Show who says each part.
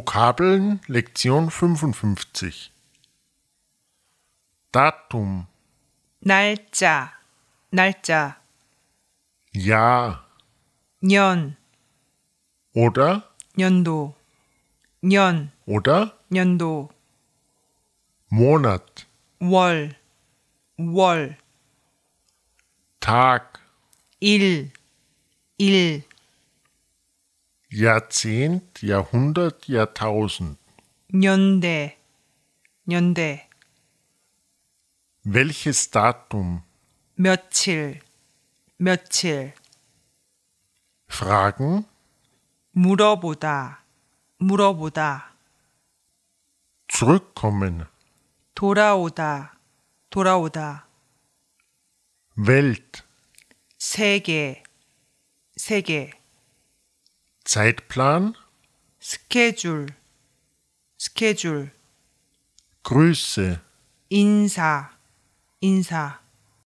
Speaker 1: Vokabeln Lektion 55 Datum
Speaker 2: 날짜, 날짜,
Speaker 1: Jahr
Speaker 2: 년,
Speaker 1: oder
Speaker 2: 년도, 년,
Speaker 1: oder
Speaker 2: 년도,
Speaker 1: Monat
Speaker 2: 월, 월,
Speaker 1: Tag
Speaker 2: 일, 일,
Speaker 1: Jahrzehnt Jahrhundert Jahrtausend
Speaker 2: 년대, 년대,
Speaker 1: Welches Datum
Speaker 2: 며칠, 며칠,
Speaker 1: Fragen
Speaker 2: 물어보다, 물어보다,
Speaker 1: Zurückkommen
Speaker 2: 돌아오다, 돌아오다,
Speaker 1: Welt
Speaker 2: 세계, 세계,
Speaker 1: Zeitplan
Speaker 2: 스케줄, 스케줄,
Speaker 1: Grüße
Speaker 2: 인사, 인사.